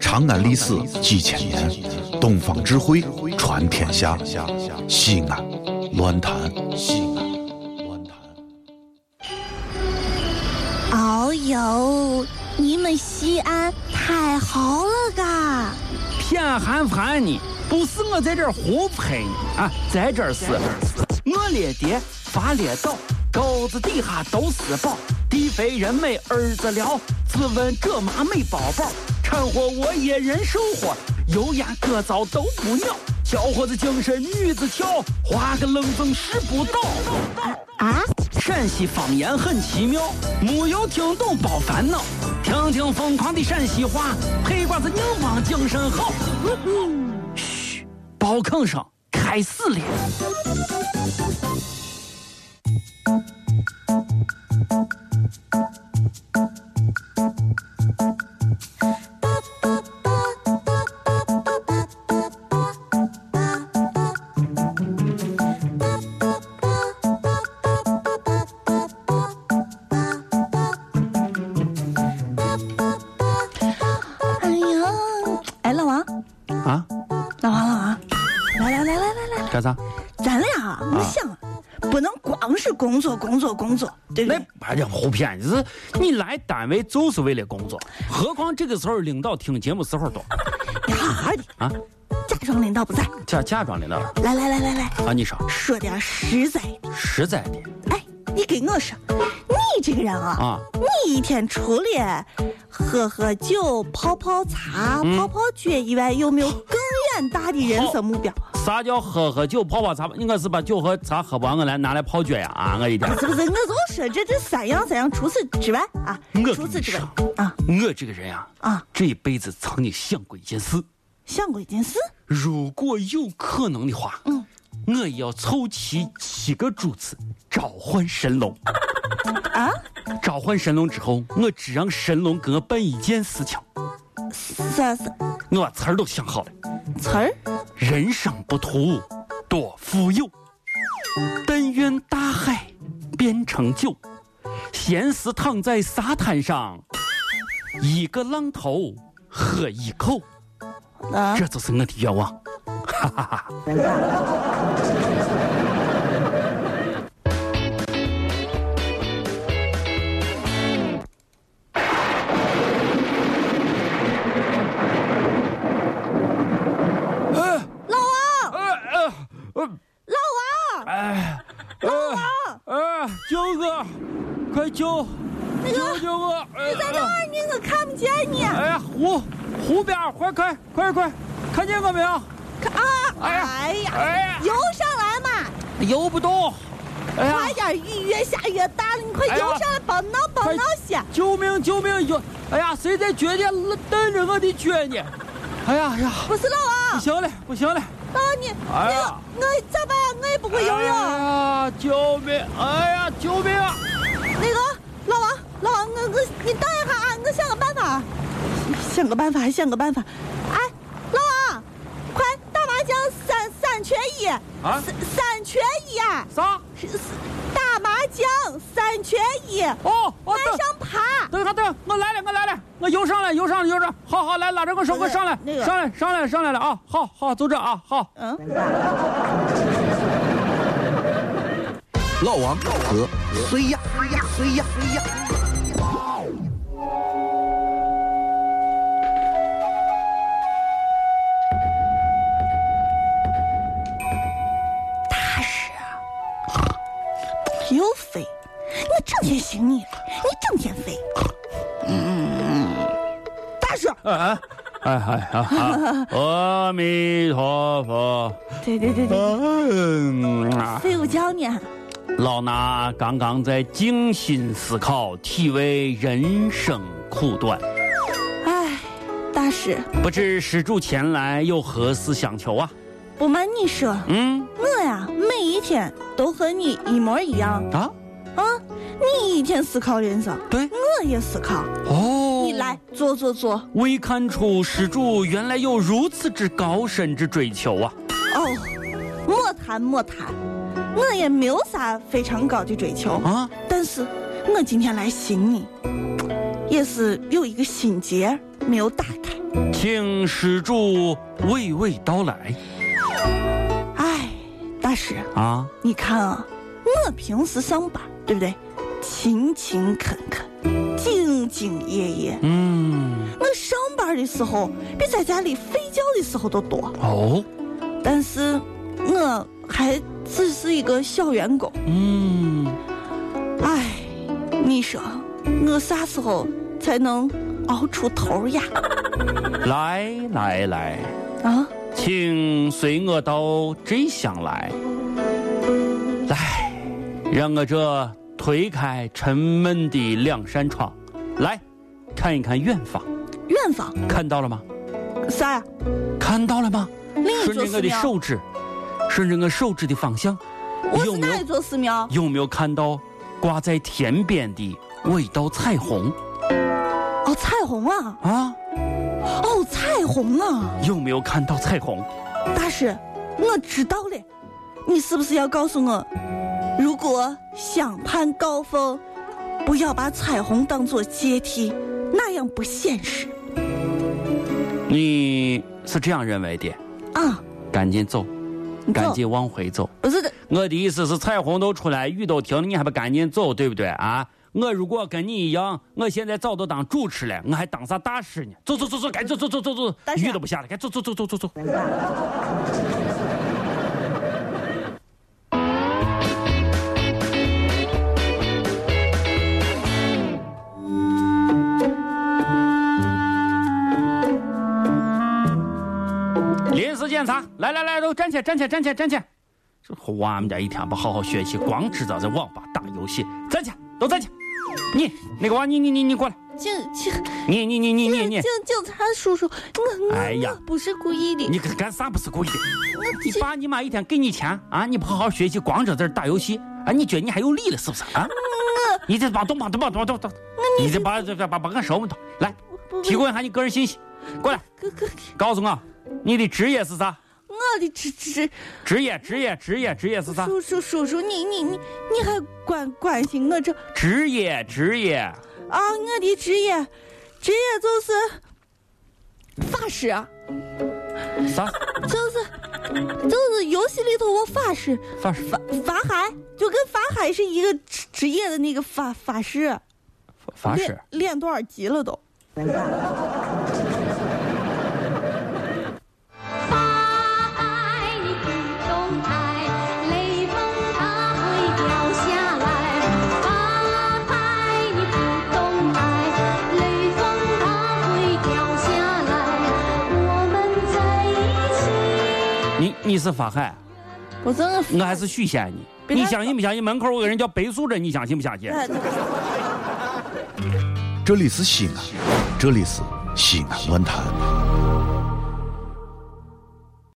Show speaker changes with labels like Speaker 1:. Speaker 1: 长安历史几千年，东方智慧传天下。西安，乱谈西安。乱谈。
Speaker 2: 哦呦，你们西安太好了嘎！
Speaker 3: 偏寒寒你，不是我在这儿胡喷你啊，在这儿是我列爹发列倒，沟子底下都是宝，地肥人美儿子了，自问这妈没宝宝，掺和我也人生活，油盐各糟都不尿，小伙子精神女子俏，花个愣风使不倒。
Speaker 2: 啊，
Speaker 3: 陕西方言很奇妙，没有听懂别烦恼，听听疯狂的陕西话，黑瓜子硬邦精神好。嘘，包吭声开始了。
Speaker 2: 哎呀，哎老王，
Speaker 3: 啊，
Speaker 2: 老王老王，来来来来来来，
Speaker 3: 干啥？
Speaker 2: 咱俩我想，不能光是工作工作工作，对不
Speaker 3: 那
Speaker 2: 对？
Speaker 3: 哎呀，胡骗！你是你来单位就是为了工作，何况这个时候领导听节目时候多
Speaker 2: 你好好的
Speaker 3: 啊，
Speaker 2: 假装领导不在，
Speaker 3: 假假装领导了
Speaker 2: 来来来来来，
Speaker 3: 啊！你说
Speaker 2: 说点实在的。
Speaker 3: 实在的
Speaker 2: 哎，你给我说，你这个人啊，
Speaker 3: 啊，
Speaker 2: 你一天除了喝喝酒、泡泡茶、泡泡脚以外，有没有更远大的人生目标？
Speaker 3: 啥叫喝喝酒泡泡茶？你我是把酒和茶喝完，我来拿来泡脚呀啊！我一点
Speaker 2: 不。是不是，我就说这这三样三样，除此之外啊
Speaker 3: 我跟，嗯你
Speaker 2: 除此之外
Speaker 3: 说
Speaker 2: 啊
Speaker 3: 我这个人呀、
Speaker 2: 啊，
Speaker 3: 这一辈子曾经想过一件事，
Speaker 2: 想过一件事，
Speaker 3: 如果有可能的话，嗯，我也要凑齐七个珠子召唤神龙。
Speaker 2: 啊？
Speaker 3: 召唤神龙之后，我只让神龙给我办一件事情，
Speaker 2: 啥啥
Speaker 3: 我把词儿都想好了：
Speaker 2: 词儿？
Speaker 3: 人生不图多富有，但愿大海变成酒。闲时躺在沙滩上，一个浪头喝一口。
Speaker 2: 啊
Speaker 3: 这就是我的愿望。老王，
Speaker 2: 老王，
Speaker 3: 哎，救我！快救！救救我！你
Speaker 2: 在这外面我看不见你，
Speaker 3: 啊
Speaker 2: 啊
Speaker 3: 哎呀，湖湖边儿，快快快快，看见我没有？
Speaker 2: 看啊！
Speaker 3: 哎呀
Speaker 2: 哎呀，
Speaker 3: 哎呀，
Speaker 2: 游上来嘛，
Speaker 3: 游不动！哎
Speaker 2: 快
Speaker 3: 呀，
Speaker 2: 点，雨越下越大了，你快
Speaker 3: 哎呀
Speaker 2: 游上来，帮闹帮
Speaker 3: 快
Speaker 2: 闹些。
Speaker 3: 救命救命！游，哎呀，谁在脚下蹬着我的脚呢？哎呀哎呀，
Speaker 2: 不是老
Speaker 3: 不
Speaker 2: 王，
Speaker 3: 行了不行了！
Speaker 2: 老王你，
Speaker 3: 哎
Speaker 2: 那个
Speaker 3: 呀
Speaker 2: 我咋办？我也不会游
Speaker 3: 哎
Speaker 2: 泳。
Speaker 3: 呀，救命！哎呀，救命啊！
Speaker 2: 那个老王，老王，我我你等一下啊，我想个办法，想个办法，想个办法。哎，老王，快打麻将三三缺一啊
Speaker 3: 啊
Speaker 2: 三三缺一啊！
Speaker 3: 啥？
Speaker 2: 是是打麻将三缺一，往
Speaker 3: 哦，我等
Speaker 2: 上爬。
Speaker 3: 等一下，等一下，我来了，我来了，我游上来，游上来，游上来，好好来，拉着我手，
Speaker 2: 不
Speaker 3: 我
Speaker 2: 是
Speaker 3: 上来
Speaker 2: 那，个
Speaker 3: 上来，上来，上来了啊！好好，就这啊，好。
Speaker 2: 嗯，
Speaker 1: 老王和谁呀？谁呀？谁呀？
Speaker 3: 啊
Speaker 2: 又肥，你整天行你，你整天肥。嗯，大叔，
Speaker 3: 哎哎哎哎啊！阿弥陀佛。
Speaker 2: 对对对对，
Speaker 3: 嗯啊，
Speaker 2: 废物教你啊，
Speaker 3: 老衲刚刚在静心思考，体味人生苦短，
Speaker 2: 哎，大师，
Speaker 3: 不知施主前来有何事相求啊？
Speaker 2: 不瞒你说。啊
Speaker 3: 嗯
Speaker 2: 我呀，每一天都和你一模一样
Speaker 3: 啊，
Speaker 2: 啊！你一天思考人生，
Speaker 3: 对
Speaker 2: 我也思考。
Speaker 3: 哦，
Speaker 2: 你来坐坐坐。
Speaker 3: 未看出施主原来有如此之高深之追求啊！
Speaker 2: 哦，莫谈莫谈，我也没有啥非常高的追求，
Speaker 3: 啊，
Speaker 2: 但是我今天来寻你，也是有一个心结没有打开。
Speaker 3: 请施主娓娓道来
Speaker 2: 哎，大师，
Speaker 3: 啊！
Speaker 2: 你看啊，我平时上班，对不对？勤勤恳恳，兢兢业业。
Speaker 3: 嗯，
Speaker 2: 我上班的时候比在家里睡觉的时候都多，
Speaker 3: 哦，
Speaker 2: 但是我还只是一个小员工。
Speaker 3: 嗯，
Speaker 2: 哎，你说我啥时候才能熬出头呀？
Speaker 3: 来来来，
Speaker 2: 啊，
Speaker 3: 请随我到真乡来。来，让我这推开沉闷的两扇窗，来看一看远方，
Speaker 2: 远方
Speaker 3: 看到了吗？嗯
Speaker 2: 啥呀？
Speaker 3: 看到了吗？
Speaker 2: 另一
Speaker 3: 顺
Speaker 2: 座
Speaker 3: 着
Speaker 2: 寺
Speaker 3: 我的
Speaker 2: 庙，
Speaker 3: 手指，顺着我手指的方向，
Speaker 2: 我
Speaker 3: 有
Speaker 2: 是
Speaker 3: 没
Speaker 2: 哪一
Speaker 3: 有
Speaker 2: 座寺庙？
Speaker 3: 有没有看到挂在天边的伟道彩虹
Speaker 2: 哦，彩虹啊！
Speaker 3: 啊？
Speaker 2: 哦，彩虹啊！
Speaker 3: 有没有看到彩虹？
Speaker 2: 大师，我知道了，你是不是要告诉我，如果想攀高峰，不要把彩虹当做阶梯，那样不现实
Speaker 3: 你是这样认为的？
Speaker 2: 啊？
Speaker 3: 赶紧走，
Speaker 2: 你
Speaker 3: 赶
Speaker 2: 走，
Speaker 3: 紧往回走。
Speaker 2: 不是的，
Speaker 3: 我的意思是，彩虹都出来，雨都停了，你还不赶紧走，对不对啊？我如果跟你一样，我现在早都当主持了，我还当啥大师呢？走走走走，赶紧走走走走走
Speaker 2: 大，师啊
Speaker 3: 雨都不下了，赶紧走走走走走走。临时检查，来来来，都站起来，站起来，站起来，站起来。这娃们家一天不好好学习，光知道在网吧打游戏，站起来，都站起来。你那个娃，你你你你过来，
Speaker 2: 警警
Speaker 3: 你你你你你
Speaker 2: 警
Speaker 3: 你
Speaker 2: 警，警察叔叔，我我、
Speaker 3: 哎呀
Speaker 2: 我不是故意的，
Speaker 3: 你干干啥不是故意的？你
Speaker 2: 这
Speaker 3: 爸你妈一天给你钱啊，你不好好学习，光知道在这打游戏啊，你觉得你还有理了是不是啊？你这帮东帮东帮东东东，你这把这把把把我手么头来，
Speaker 2: 不
Speaker 3: 提供一下你个人信息，过来
Speaker 2: 哥哥，
Speaker 3: 告诉我你的职业是啥？
Speaker 2: 我的侄侄
Speaker 3: 职业职业职业职业是啥？
Speaker 2: 叔叔叔叔，你你你你还关关心我这
Speaker 3: 职业职业。
Speaker 2: 啊？我的职业，职业就是法师啊，
Speaker 3: 啥
Speaker 2: 就是就是游戏里头我法师
Speaker 3: 法师
Speaker 2: 法法海，就跟法海是一个职职业的那个法法师，
Speaker 3: 法师
Speaker 2: 练练多少级了都？
Speaker 4: 把爱你不懂爱，雷锋它会掉下来。把爱你不懂爱，雷锋它会掉下来。我们在一起。
Speaker 3: 你你是法海，
Speaker 2: 我真的
Speaker 3: 我还是许仙呢。
Speaker 2: 别
Speaker 3: 你
Speaker 2: 他
Speaker 3: 相信不相信？门口有个人叫白素贞，你相信不相信？
Speaker 2: 哎
Speaker 1: 这里是西安，这里是西安论坛。